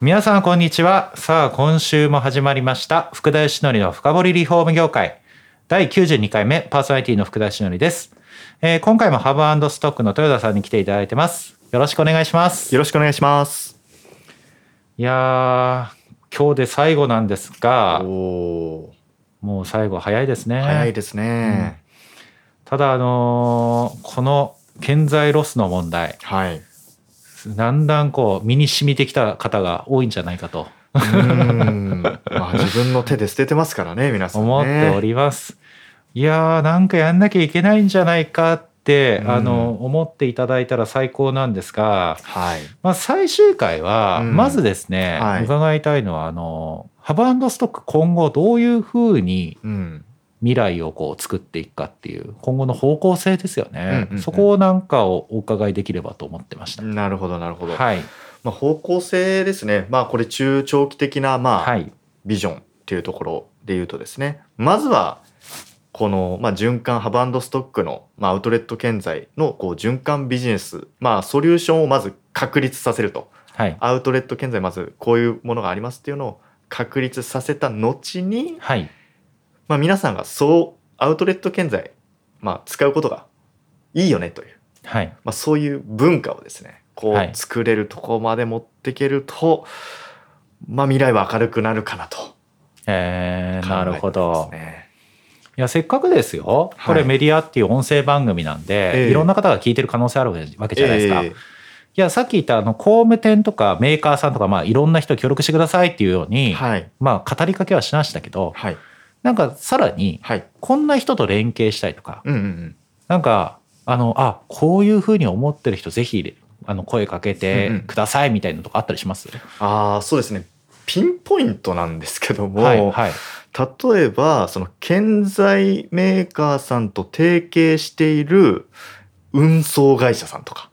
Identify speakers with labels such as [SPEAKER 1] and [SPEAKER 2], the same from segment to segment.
[SPEAKER 1] 皆さんこんにちはさあ今週も始まりました福田義則の深掘りリフォーム業界第92回目パーソナリティの福田義則です、えー今回もハブストックの豊田さんに来ていただいてますよろしくお願いします
[SPEAKER 2] よろしくお願いします。
[SPEAKER 1] いやー今日で最後なんです
[SPEAKER 2] お
[SPEAKER 1] が
[SPEAKER 2] お
[SPEAKER 1] もう最後早いですね
[SPEAKER 2] ー、早いですね。
[SPEAKER 1] ただあのーこの建材ロスの問題
[SPEAKER 2] はい。
[SPEAKER 1] だんだんこう身に染みてきた方が多いんじゃないかと
[SPEAKER 2] うーん。まあ自分の手で捨ててますからね、皆さんね。
[SPEAKER 1] 思っております。いやーなんかやんなきゃいけないんじゃないかって、
[SPEAKER 2] うん
[SPEAKER 1] あの思っていただいたら最高なんですが、
[SPEAKER 2] はい。
[SPEAKER 1] まあ、最終回は、
[SPEAKER 2] うん
[SPEAKER 1] まずですね、
[SPEAKER 2] はい
[SPEAKER 1] 伺いたいのはあのハバストック今後どういうふうに
[SPEAKER 2] うん。
[SPEAKER 1] 未来をこう作っていくかっていう今後の方向性ですよね、
[SPEAKER 2] うんうんうん
[SPEAKER 1] そこをなんかをお伺いできればと思ってました。
[SPEAKER 2] なるほど、なるほど。
[SPEAKER 1] はい、
[SPEAKER 2] まあ方向性ですね。まあこれ中長期的な、まあ、
[SPEAKER 1] はい、
[SPEAKER 2] ビジョンっていうところで言うとですね、まずは、この、まあ、循環ハブストックの、まあ、アウトレット建材のこう循環ビジネス、まあ、ソリューションをまず確立させると。
[SPEAKER 1] はい、
[SPEAKER 2] アウトレット建材まずこういうものがありますっていうのを確立させた後に、
[SPEAKER 1] はい、
[SPEAKER 2] まあ、皆さんがそうアウトレット建材、まあ、使うことがいいよねという、
[SPEAKER 1] はい、
[SPEAKER 2] まあ、そういう文化をですねこ
[SPEAKER 1] はいう
[SPEAKER 2] 作れるとこまで持っていけると、まあ、未来は明るくなるかなと考
[SPEAKER 1] え
[SPEAKER 2] えて
[SPEAKER 1] ー、な
[SPEAKER 2] ますね
[SPEAKER 1] るほど。いやせっかくですよ、
[SPEAKER 2] は
[SPEAKER 1] こ
[SPEAKER 2] い
[SPEAKER 1] れメディアっていう音声番組なんで、
[SPEAKER 2] ええ
[SPEAKER 1] いろんな方が聞いてる可能性あるわけじゃないですか。
[SPEAKER 2] え
[SPEAKER 1] いや、さっき言ったあの工務店とかメーカーさんとか、まあ、いろんな人協力してくださいっていうよう
[SPEAKER 2] え
[SPEAKER 1] に、
[SPEAKER 2] はい
[SPEAKER 1] まあ、語りかけはしましたけど、
[SPEAKER 2] はい
[SPEAKER 1] なんかさらに、
[SPEAKER 2] はい
[SPEAKER 1] こんな人と連携したいとか、
[SPEAKER 2] うんうんうん
[SPEAKER 1] なんか、あの、あこういうふうに思ってる人、ぜひあの声かけ
[SPEAKER 2] うんう
[SPEAKER 1] て
[SPEAKER 2] ん
[SPEAKER 1] くださいみたいなのとかあったりします、
[SPEAKER 2] ああそうですねピンポイントなんですけども、
[SPEAKER 1] はい、はい、
[SPEAKER 2] 例えばその建材メーカーさんと提携している運送会社さんとか、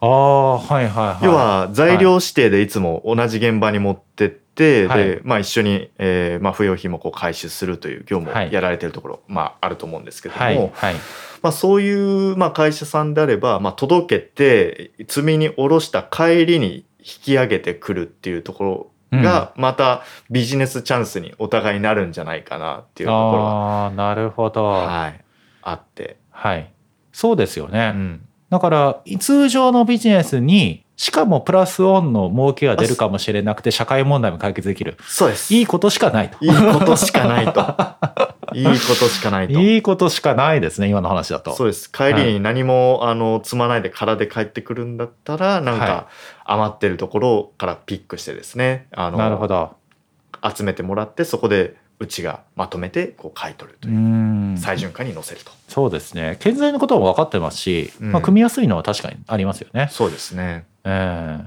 [SPEAKER 1] ああ、はい、はい、はい。
[SPEAKER 2] 要は材料指定でいつも同じ現場に持ってって、
[SPEAKER 1] はい
[SPEAKER 2] でまあ、一緒に、えーまあ、不要品もこう回収するという業務
[SPEAKER 1] はい
[SPEAKER 2] をやられてるところ、まあ、あると思うんですけども、
[SPEAKER 1] はい、はい、
[SPEAKER 2] まあ、そういう、まあ、会社さんであれば、まあ、届けて積みに下ろした帰りに引き上げてくるっていうところが、またビジネスチャンスにお互いになるんじゃないかなっていうところは
[SPEAKER 1] ああ、なるほど。
[SPEAKER 2] はい、あって、
[SPEAKER 1] はい。そうですよね。
[SPEAKER 2] ん、
[SPEAKER 1] だから、通常のビジネスに、しかもプラスオンの儲けが出るかもしれなくて、社会問題も解決できる。
[SPEAKER 2] そうです
[SPEAKER 1] い
[SPEAKER 2] い
[SPEAKER 1] いことしかないと。
[SPEAKER 2] いことしか ないといいことしかないと
[SPEAKER 1] いいことしかないですね、今の話だと。
[SPEAKER 2] そうです帰りに何も、あの積まないで空で帰ってくるんだったらなん
[SPEAKER 1] は
[SPEAKER 2] か余ってるところからピックしてですねあの
[SPEAKER 1] なるほど。
[SPEAKER 2] 集めてもらってそこでうちがまとめてこう買い取る
[SPEAKER 1] う
[SPEAKER 2] と
[SPEAKER 1] ー
[SPEAKER 2] いう、
[SPEAKER 1] ん。
[SPEAKER 2] 最順化に載せると
[SPEAKER 1] そうですね。健在のことも分かってますし、
[SPEAKER 2] うん
[SPEAKER 1] まあ、組みやすいのは確かにありますよね。
[SPEAKER 2] そうですね
[SPEAKER 1] え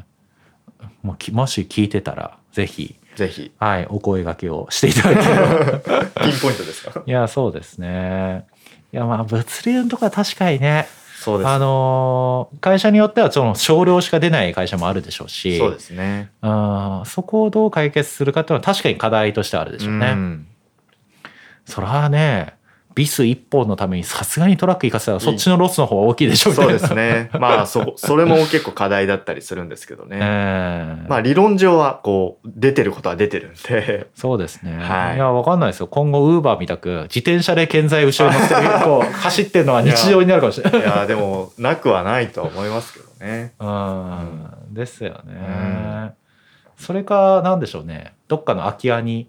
[SPEAKER 1] えもうきもし聞いてたら、ぜひ、
[SPEAKER 2] ぜひ
[SPEAKER 1] はい、お声掛けをしていただければ
[SPEAKER 2] ピンポイントですか
[SPEAKER 1] いや、そうですね。いや、まあ、物流のとこは確かにね、
[SPEAKER 2] そうで
[SPEAKER 1] あのー会社によってはその少量しか出ない会社もあるでしょうし
[SPEAKER 2] すそうですね
[SPEAKER 1] うんそこをどう解決するかっていうのは確かに課題としてはあるでしょうね。
[SPEAKER 2] うん
[SPEAKER 1] それはねビス1本のためにさすがにトラック行かせたらそっちのロスの方が大きいでしょみたい
[SPEAKER 2] そう
[SPEAKER 1] な
[SPEAKER 2] ですねまあそそれも結構課題だったりするんですけ どね、
[SPEAKER 1] ええ
[SPEAKER 2] まあ理論上はこう出てることは出てるん で
[SPEAKER 1] そうですね。
[SPEAKER 2] はい
[SPEAKER 1] いや、わかんないですよ。今後、ウーバーみたく、自転車で健在後ろに乗ってる、こう、走ってるのは日常になるかもしれない
[SPEAKER 2] いやでもなくはないとは思いますけどね
[SPEAKER 1] うんですよね、
[SPEAKER 2] ん
[SPEAKER 1] それか何でしょうねどっかの空き家に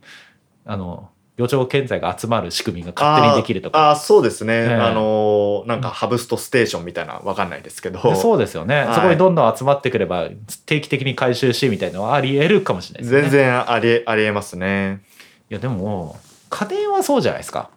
[SPEAKER 1] あの余剰建材が集まる仕組みが勝手にできるとか
[SPEAKER 2] あーあーそうですね、
[SPEAKER 1] ええ
[SPEAKER 2] あのーなんかハブストステーションみたいなわかんないですけど
[SPEAKER 1] でそうですよね、
[SPEAKER 2] はい
[SPEAKER 1] そこにどんどん集まってくれば定期的に回収しみたいなのはありえるかもしれないですね
[SPEAKER 2] 全然ありありえますね
[SPEAKER 1] いやでも家電はそうじゃないですか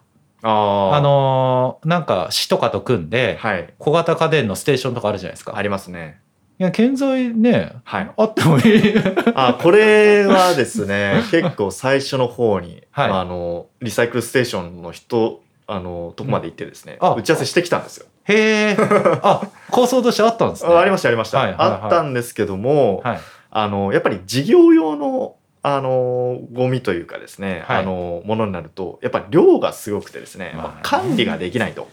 [SPEAKER 2] ああ
[SPEAKER 1] あのーなんか市とかと組んで
[SPEAKER 2] はい
[SPEAKER 1] 小型家電のステーションとかあるじゃないですか
[SPEAKER 2] ありますね
[SPEAKER 1] や、建材ね、
[SPEAKER 2] はい。
[SPEAKER 1] あってもいい。
[SPEAKER 2] あ、これはですね、結構最初の方に、
[SPEAKER 1] はい
[SPEAKER 2] まあ、あの、リサイクルステーションの人、あの、とこまで行ってですね、
[SPEAKER 1] うんあ
[SPEAKER 2] 打ち合わせしてきたんですよ。
[SPEAKER 1] へえ。 あ、構想としてあったんですね。
[SPEAKER 2] あありました、ありました、
[SPEAKER 1] はいはいはい
[SPEAKER 2] あったんですけども、
[SPEAKER 1] はい。
[SPEAKER 2] あの、やっぱり事業用の、あの、ゴミというかですね、
[SPEAKER 1] はい
[SPEAKER 2] あの、ものになると、やっぱり量がすごくてですね、
[SPEAKER 1] まあね
[SPEAKER 2] 管理ができないと、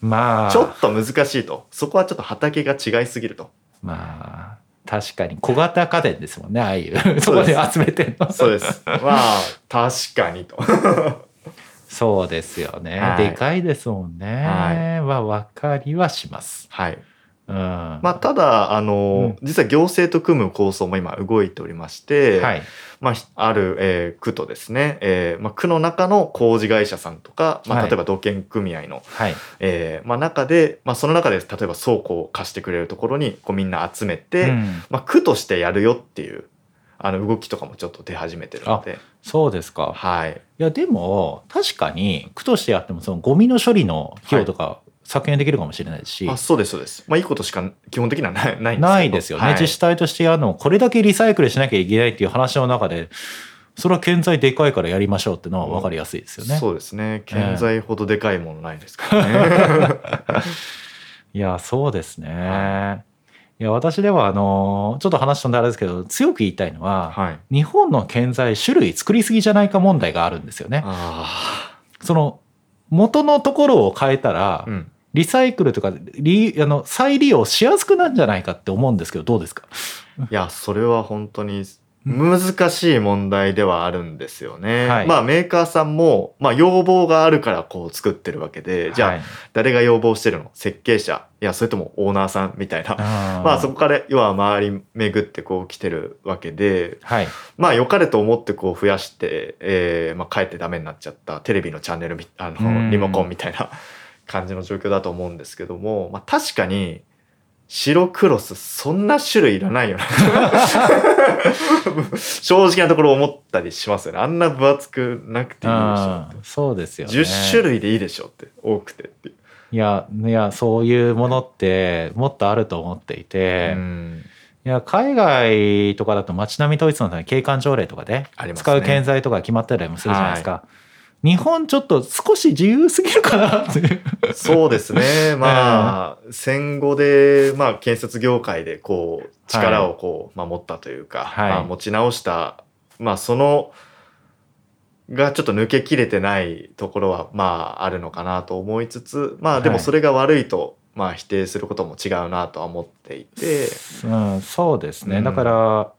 [SPEAKER 1] まあ、
[SPEAKER 2] ちょっと難しいと、そこはちょっと畑が違いすぎると。
[SPEAKER 1] まあ、確かに小型家電ですもんね、ああいう。 そこで集めてんの。
[SPEAKER 2] そうです。まあ、確かにと。
[SPEAKER 1] そうですよね。
[SPEAKER 2] はい
[SPEAKER 1] でかいですもんね。
[SPEAKER 2] は
[SPEAKER 1] まあ、わかりはします。
[SPEAKER 2] はい。
[SPEAKER 1] うん。ま
[SPEAKER 2] まあ、ただ、あの、実は行政と組む構想も今動いておりまして、
[SPEAKER 1] はい。
[SPEAKER 2] まあ、ひある、えー区とですね、えーまあ、区の中の工事会社さんとか、ま
[SPEAKER 1] は
[SPEAKER 2] あ、
[SPEAKER 1] い
[SPEAKER 2] 例えば土建組合の、
[SPEAKER 1] はい。
[SPEAKER 2] えーまあ、中で、まあ、その中で例えば倉庫を貸してくれるところにこうみんな集めて、
[SPEAKER 1] うん
[SPEAKER 2] まあ、区としてやるよっていうあの動きとかもちょっと出始めてるので、
[SPEAKER 1] そうですか。
[SPEAKER 2] はい、
[SPEAKER 1] いやでも確かに区としてやってもそのゴミの処理の費用とか削減できるかもしれないし、
[SPEAKER 2] あそうですそうです、まあ、いいことしか基本的にはないないんです
[SPEAKER 1] ないです
[SPEAKER 2] けど
[SPEAKER 1] よね、
[SPEAKER 2] はい
[SPEAKER 1] 自治体としてやるのをこれだけリサイクルしなきゃいけないっていう話の中でそれは建材でかいからやりましょうっていうのは分かりやすいですよね。
[SPEAKER 2] そうですね建材ほどでかいものないですか らね、
[SPEAKER 1] いやそうですね。いや私ではあのちょっと話飛んであれですけど強く言いたいのは、
[SPEAKER 2] はい
[SPEAKER 1] 日本の建材種類作りすぎじゃないか問題があるんですよね。
[SPEAKER 2] あ
[SPEAKER 1] その元のところを変えたら
[SPEAKER 2] あ、うん、
[SPEAKER 1] リサイクルとかリあの再利用しやすくなんじゃないかって思うんですけどどうですか
[SPEAKER 2] いやそれは本当に難しい問題ではあるんですよね、
[SPEAKER 1] はい
[SPEAKER 2] まあメーカーさんも、まあ、要望があるからこう作ってるわけでじゃあ、誰が要望してるの設計者いやそれともオーナーさんみたいな。
[SPEAKER 1] あ
[SPEAKER 2] まあそこから要は周り巡ってこう来てるわけで
[SPEAKER 1] はい
[SPEAKER 2] まあ良かれと思ってこう増やして、えーまあ、帰ってダメになっちゃったテレビのチャンネルみあ
[SPEAKER 1] うん
[SPEAKER 2] のリモコンみたいな 感じの状況だと思うんですけども、まあ、確かに白クロスそんな種類い らないよな正直なところ思ったりしますよねあんな分厚くなくていいでしょ
[SPEAKER 1] あーそうですよね
[SPEAKER 2] 10種類でいいでしょって多くてっていう。
[SPEAKER 1] いやいやそういうものってもっとあると思っていて、
[SPEAKER 2] うん
[SPEAKER 1] いや海外とかだと街並み統一のために景観条例とかで
[SPEAKER 2] ありますね
[SPEAKER 1] 使う建材とか決まったりもするじゃないですか、日本ちょっと少し自由すぎるかなって いう
[SPEAKER 2] そうですね。まあ、戦後で、まあ、建設業界で、こう、力をこう、守ったというか、
[SPEAKER 1] はい
[SPEAKER 2] まあ、持ち直した、まあ、その、がちょっと抜けきれてないところは、まあ、あるのかなと思いつつ、まあ、で
[SPEAKER 1] は
[SPEAKER 2] も
[SPEAKER 1] い
[SPEAKER 2] それが悪いと、まあ、否定することも違うなとは思っていて、
[SPEAKER 1] うん、そうですね、
[SPEAKER 2] うん
[SPEAKER 1] だから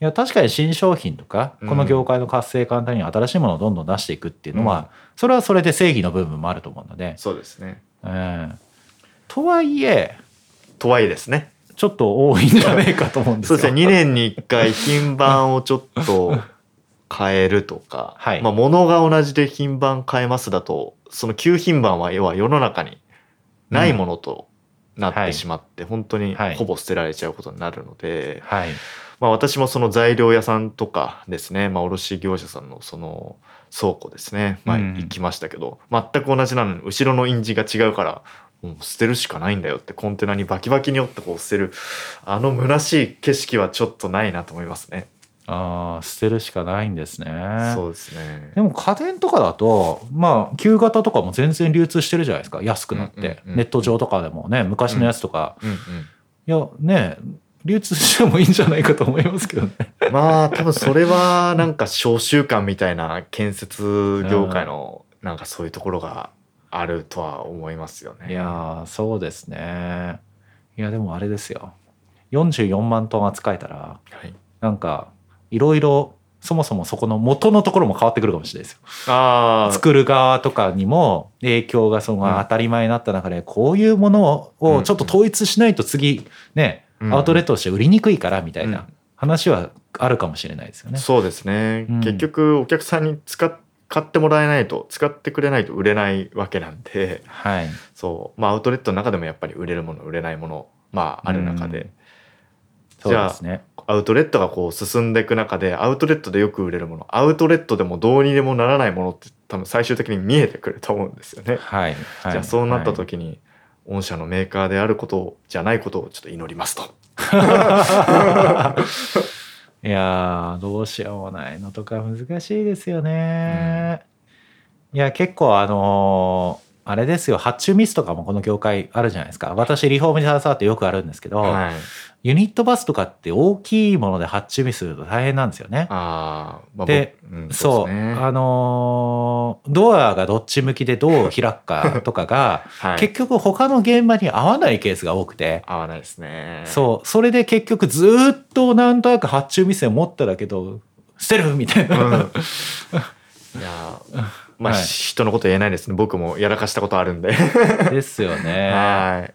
[SPEAKER 1] いや確かに新商品とか
[SPEAKER 2] うん
[SPEAKER 1] この業界の活性化のために新しいものをどんどん出していくっていうのは、
[SPEAKER 2] うん
[SPEAKER 1] それはそれで正義の部分もあると思うので、
[SPEAKER 2] そうですね。
[SPEAKER 1] うん、とはいえ
[SPEAKER 2] とはいえですね。
[SPEAKER 1] ちょっと多いんじゃないかと思うんです
[SPEAKER 2] そう
[SPEAKER 1] よ
[SPEAKER 2] ですね。2年に1回、品番をちょ っと変えるとか、
[SPEAKER 1] はい
[SPEAKER 2] まあ、物が同じで品番変えますだと、その旧品番は要は世の中にないものとな
[SPEAKER 1] うん
[SPEAKER 2] っ
[SPEAKER 1] は
[SPEAKER 2] て
[SPEAKER 1] い
[SPEAKER 2] しまって、本当に
[SPEAKER 1] はい
[SPEAKER 2] ほぼ捨てられちゃうことになるので、
[SPEAKER 1] はい、
[SPEAKER 2] まあ、私もその材料屋さんとかですね、まあ、卸業者さんのその倉庫ですね、まあ、
[SPEAKER 1] うん
[SPEAKER 2] 行きましたけど、全く同じなのに後ろの印字が違うからもう捨てるしかないんだよってコンテナにバキバキに折ってこう捨てるあの虚しい景色はちょっとないなと思いますね。
[SPEAKER 1] あー捨てるしかないんですね
[SPEAKER 2] そうですね
[SPEAKER 1] でも家電とかだとまあ旧型とかも全然流通してるじゃないですか安くなって、
[SPEAKER 2] うんうんうん
[SPEAKER 1] ネット上とかでもね昔のやつとか、
[SPEAKER 2] うん
[SPEAKER 1] いやね流通してもいいんじゃないかと思いますけどね
[SPEAKER 2] うん、まあ多分それはなんか召集感みたいな建設業界のなんかそういうところがあるとは思いますよね。
[SPEAKER 1] いやーそうですねいやでもあれですよ44万トン扱えたら
[SPEAKER 2] はい、
[SPEAKER 1] なんかいろいろそもそもそこの元のところも変わってくるかもしれないですよ
[SPEAKER 2] ああ
[SPEAKER 1] 作る側とかにも影響がその
[SPEAKER 2] うん
[SPEAKER 1] 当たり前になった中でこういうものをちょっと統一しないと次ね
[SPEAKER 2] うん
[SPEAKER 1] アウトレットとして売りにくいからみたいうなん話はあるかもしれないですよね。
[SPEAKER 2] そうですね、
[SPEAKER 1] うん
[SPEAKER 2] 結局お客さんに使っ買ってもらえないと使ってくれないと売れないわけなんで
[SPEAKER 1] はい
[SPEAKER 2] そう、まあ、アウトレットの中でもやっぱり売れるもの売れないものまあある中で、
[SPEAKER 1] そうですね。
[SPEAKER 2] アウトレットがこう進んでいく中でアウトレットでよく売れるものアウトレットでもどうにでもならないものって多分最終的に見えてくると思うんですよね。
[SPEAKER 1] はい。はい
[SPEAKER 2] じゃあそうなった
[SPEAKER 1] はい
[SPEAKER 2] 時に、御社のメーカーであることじゃないことをちょっと祈りますと。
[SPEAKER 1] いやーどうしようもないのとか難しいですよね。いや結構あのーあれですよ発注ミスとかもこの業界あるじゃないですか私リフォームに携わってよくあるんですけど、
[SPEAKER 2] はい、
[SPEAKER 1] ユニットバスとかって大きいもので発注ミスすると大変なんですよね。
[SPEAKER 2] あー、まあ、
[SPEAKER 1] で
[SPEAKER 2] 僕、うん
[SPEAKER 1] そう
[SPEAKER 2] ですね
[SPEAKER 1] あのードアがどっち向きでどう開くかとかが、
[SPEAKER 2] はい、
[SPEAKER 1] 結局他の現場に合わないケースが多くて、
[SPEAKER 2] 合わないですね。
[SPEAKER 1] そうそれで結局ずーっとなんとなく発注ミスを持っただけど捨てるみたいな、
[SPEAKER 2] いやーまあ、
[SPEAKER 1] はい
[SPEAKER 2] 人のこと言えないですね。僕もやらかしたことあるんで。
[SPEAKER 1] ですよ ね。
[SPEAKER 2] はい。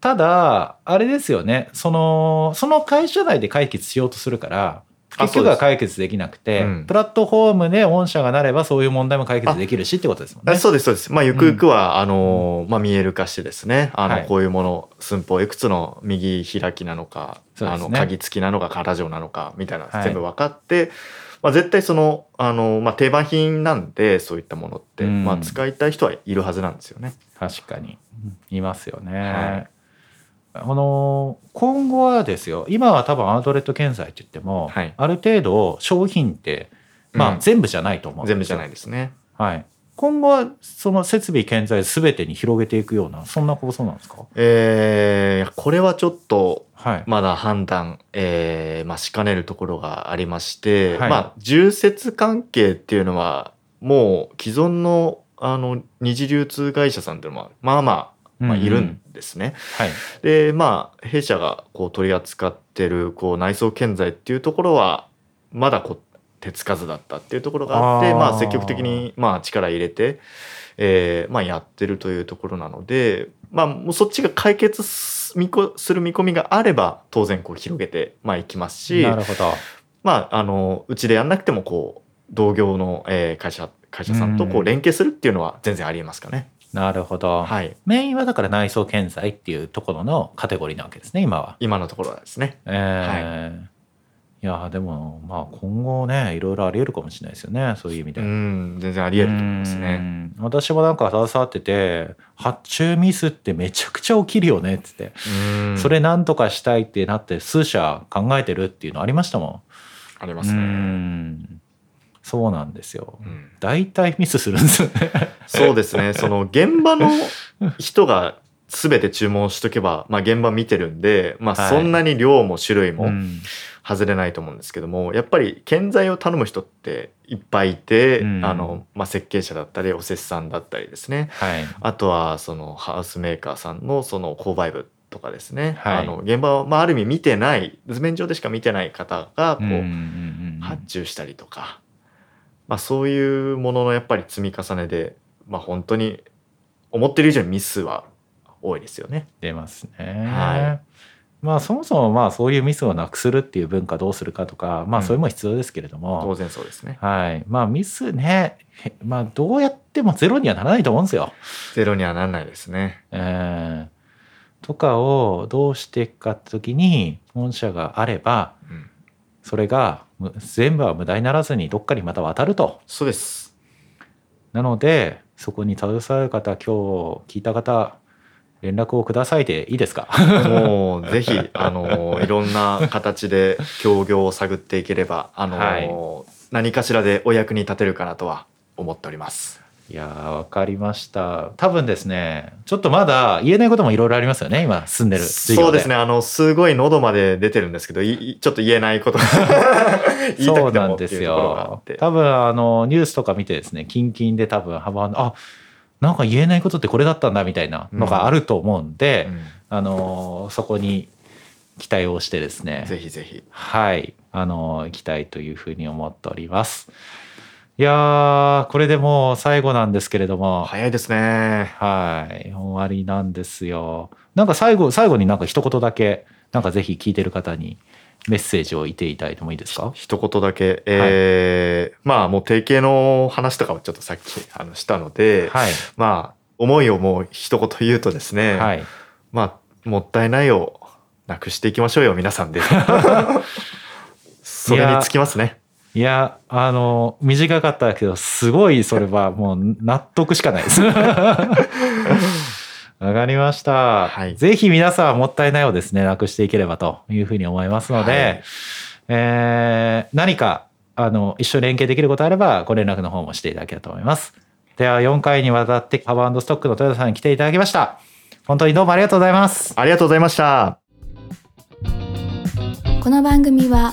[SPEAKER 1] ただあれですよねそのその会社内で解決しようとするから
[SPEAKER 2] あ
[SPEAKER 1] 結局は解決できなくて、
[SPEAKER 2] そうですうん
[SPEAKER 1] プラットフォームで御社がなればそういう問題も解決できるしってことですもん
[SPEAKER 2] あ
[SPEAKER 1] ね。
[SPEAKER 2] そうです、そうです。まあ、ゆくゆくは、あのー、まあ、見える化してですね、あの、
[SPEAKER 1] はい
[SPEAKER 2] こういうもの、寸法、いくつの右開きなのか、
[SPEAKER 1] そうで
[SPEAKER 2] あ
[SPEAKER 1] すね
[SPEAKER 2] の、鍵付きなのか、空錠なのか、みたいな、
[SPEAKER 1] はい
[SPEAKER 2] 全部分かって、まあ、絶対その、あのー、まあ、定番品なんで、そういったものって、
[SPEAKER 1] うん
[SPEAKER 2] まあ、使いたい人はいるはずなんですよね。
[SPEAKER 1] 確かにいますよね。あの今後はですよ今は多分アウトレット検済って言っても、
[SPEAKER 2] はい
[SPEAKER 1] ある程度商品って、ま
[SPEAKER 2] う
[SPEAKER 1] あ、
[SPEAKER 2] ん
[SPEAKER 1] 全部じゃないと思うんですよ
[SPEAKER 2] 全部じゃないですね。
[SPEAKER 1] はい、今後はその設備建材全てに広げていくようなそんな構想なんですか、
[SPEAKER 2] えー、これはちょっと、
[SPEAKER 1] はい
[SPEAKER 2] まだ判断、えーまあ、しかねるところがありまして、
[SPEAKER 1] はい
[SPEAKER 2] まあ、重説関係っていうのは、もう既存の、あの、二次流通会社さんっていうのは、まあまあ、まあ、いるんですね。
[SPEAKER 1] はい
[SPEAKER 2] で、まあ、弊社がこう取り扱ってる、こう、内装建材っていうところは、まだこう、手つかずだったっていうところがあって
[SPEAKER 1] あー
[SPEAKER 2] まあ、積極的に、まあ、力入れて、えーまあ、やってるというところなので、まあ、もうそっちが解決す見こする見込みがあれば当然こう広げて、まあ、いきますし
[SPEAKER 1] なるほど
[SPEAKER 2] まあ、あのうちでやんなくてもこう同業の、えー会社会社さんとこ
[SPEAKER 1] う
[SPEAKER 2] うん連携するっていうのは全然ありえますかね。
[SPEAKER 1] なるほど、
[SPEAKER 2] はい、
[SPEAKER 1] メインはだから内装建材っていうところのカテゴリーなわけですね今は。
[SPEAKER 2] 今のところはですね。
[SPEAKER 1] えーい、やでもまあ今後ねいろいろあり得るかもしれないですよねそういう意味で。
[SPEAKER 2] うん全然ありえると思います
[SPEAKER 1] う
[SPEAKER 2] ね。
[SPEAKER 1] ん私もなんか携わってて発注ミスってめちゃくちゃ起きるよねっつって、
[SPEAKER 2] うん
[SPEAKER 1] それなんとかしたいってなって数社考えてるっていうのありましたも
[SPEAKER 2] ありま
[SPEAKER 1] ん。
[SPEAKER 2] す
[SPEAKER 1] う
[SPEAKER 2] ね。
[SPEAKER 1] んそうなんですよ。
[SPEAKER 2] うん
[SPEAKER 1] 大体ミスするんですよね。
[SPEAKER 2] そうです ね。その現場の人が全て注文しとけば、まあ現場見てるんで、まあ
[SPEAKER 1] はい
[SPEAKER 2] そんなに量も種類も
[SPEAKER 1] うん
[SPEAKER 2] 外れないと思うんですけども、やっぱり建材を頼む人っていっぱいいて、
[SPEAKER 1] うん
[SPEAKER 2] あの、まあ設計者だったり、お施主さんだったりですね。
[SPEAKER 1] はい、
[SPEAKER 2] あとはそのハウスメーカーさんのその購買部とかですね。
[SPEAKER 1] はい
[SPEAKER 2] あの現場を、まあある意味見てない、図面上でしか見てない方が、こう、
[SPEAKER 1] うんうんうんうん
[SPEAKER 2] 発注したりとか、まあ、そういうもののやっぱり積み重ねで、まあ、本当に思ってる以上にミスは多いですよね。
[SPEAKER 1] 出ますね。
[SPEAKER 2] は
[SPEAKER 1] まあそもそもまあそういうミスをなくするっていう文化どうするかとかまあ
[SPEAKER 2] うん
[SPEAKER 1] それも必要ですけれど
[SPEAKER 2] 当
[SPEAKER 1] も、
[SPEAKER 2] 然そうですね。
[SPEAKER 1] はいまあミスねへまあどうやってもゼロにはならないと思うんですよ。
[SPEAKER 2] ゼロにはならないですね。
[SPEAKER 1] えーとかをどうしていくかって時に本社があれば
[SPEAKER 2] うん、
[SPEAKER 1] それがむ全部は無駄にならずにどっかにまた渡ると。
[SPEAKER 2] そうです。
[SPEAKER 1] なのでそこに携わる方今日聞いた方連絡をくださいでいいですか
[SPEAKER 2] もうぜひあのいろんな形で協業を探っていければあの、
[SPEAKER 1] はい
[SPEAKER 2] 何かしらでお役に立てるかなとは思っております。
[SPEAKER 1] いやー、わかりました。多分ですね、ちょっとまだ言えないこともいろいろありますよね、今住んでる授
[SPEAKER 2] そ
[SPEAKER 1] 業
[SPEAKER 2] う
[SPEAKER 1] で。
[SPEAKER 2] ですね。あのすごい喉まで出てるんですけど、いいちょっと言えないことが 言いた
[SPEAKER 1] そう
[SPEAKER 2] くて
[SPEAKER 1] な
[SPEAKER 2] も
[SPEAKER 1] ん
[SPEAKER 2] って
[SPEAKER 1] で
[SPEAKER 2] い
[SPEAKER 1] す
[SPEAKER 2] うところがあっ
[SPEAKER 1] よ
[SPEAKER 2] て。。
[SPEAKER 1] 多分、あの、ニュースとか見てですね、キンキンで多分、幅の、あ、なんか言えないことってこれだったんだみたいなのがあると思うんで、
[SPEAKER 2] うん
[SPEAKER 1] あの、そこに期待をしてですね、
[SPEAKER 2] ぜひぜひ。
[SPEAKER 1] はい、あの、行きたいというふうに思っております。いやー、これでもう最後なんですけれども、
[SPEAKER 2] 早いですね。
[SPEAKER 1] はい、終わりなんですよ。なんか最後、最後になんか一言だけ、なんかぜひ聞いてる方にメッセージを言っていただいてもいいですか
[SPEAKER 2] 一言だけ、えーまあもう定型の話とかもちょっとさっきあのしたので、
[SPEAKER 1] はい。
[SPEAKER 2] まあ思いをもう一言言うとですね、
[SPEAKER 1] はい。
[SPEAKER 2] まあもったいないをなくしていきましょうよ皆 さんで。それにつきますね。
[SPEAKER 1] いや、あの、短か ったけど、すごいそれはもう納得しかないです。わかりました。
[SPEAKER 2] はい
[SPEAKER 1] ぜひ皆さんもったいないをですね、なくしていければというふうに思いますので、
[SPEAKER 2] はい
[SPEAKER 1] えー何か、あの、一緒に連携できることあれば、ご連絡の方もしていただければと思います。では、4回にわたって、ハバストックの豊田さんに来ていただきました。本当にどうもありがとうございます。
[SPEAKER 2] ありがとうございました。
[SPEAKER 3] この番組は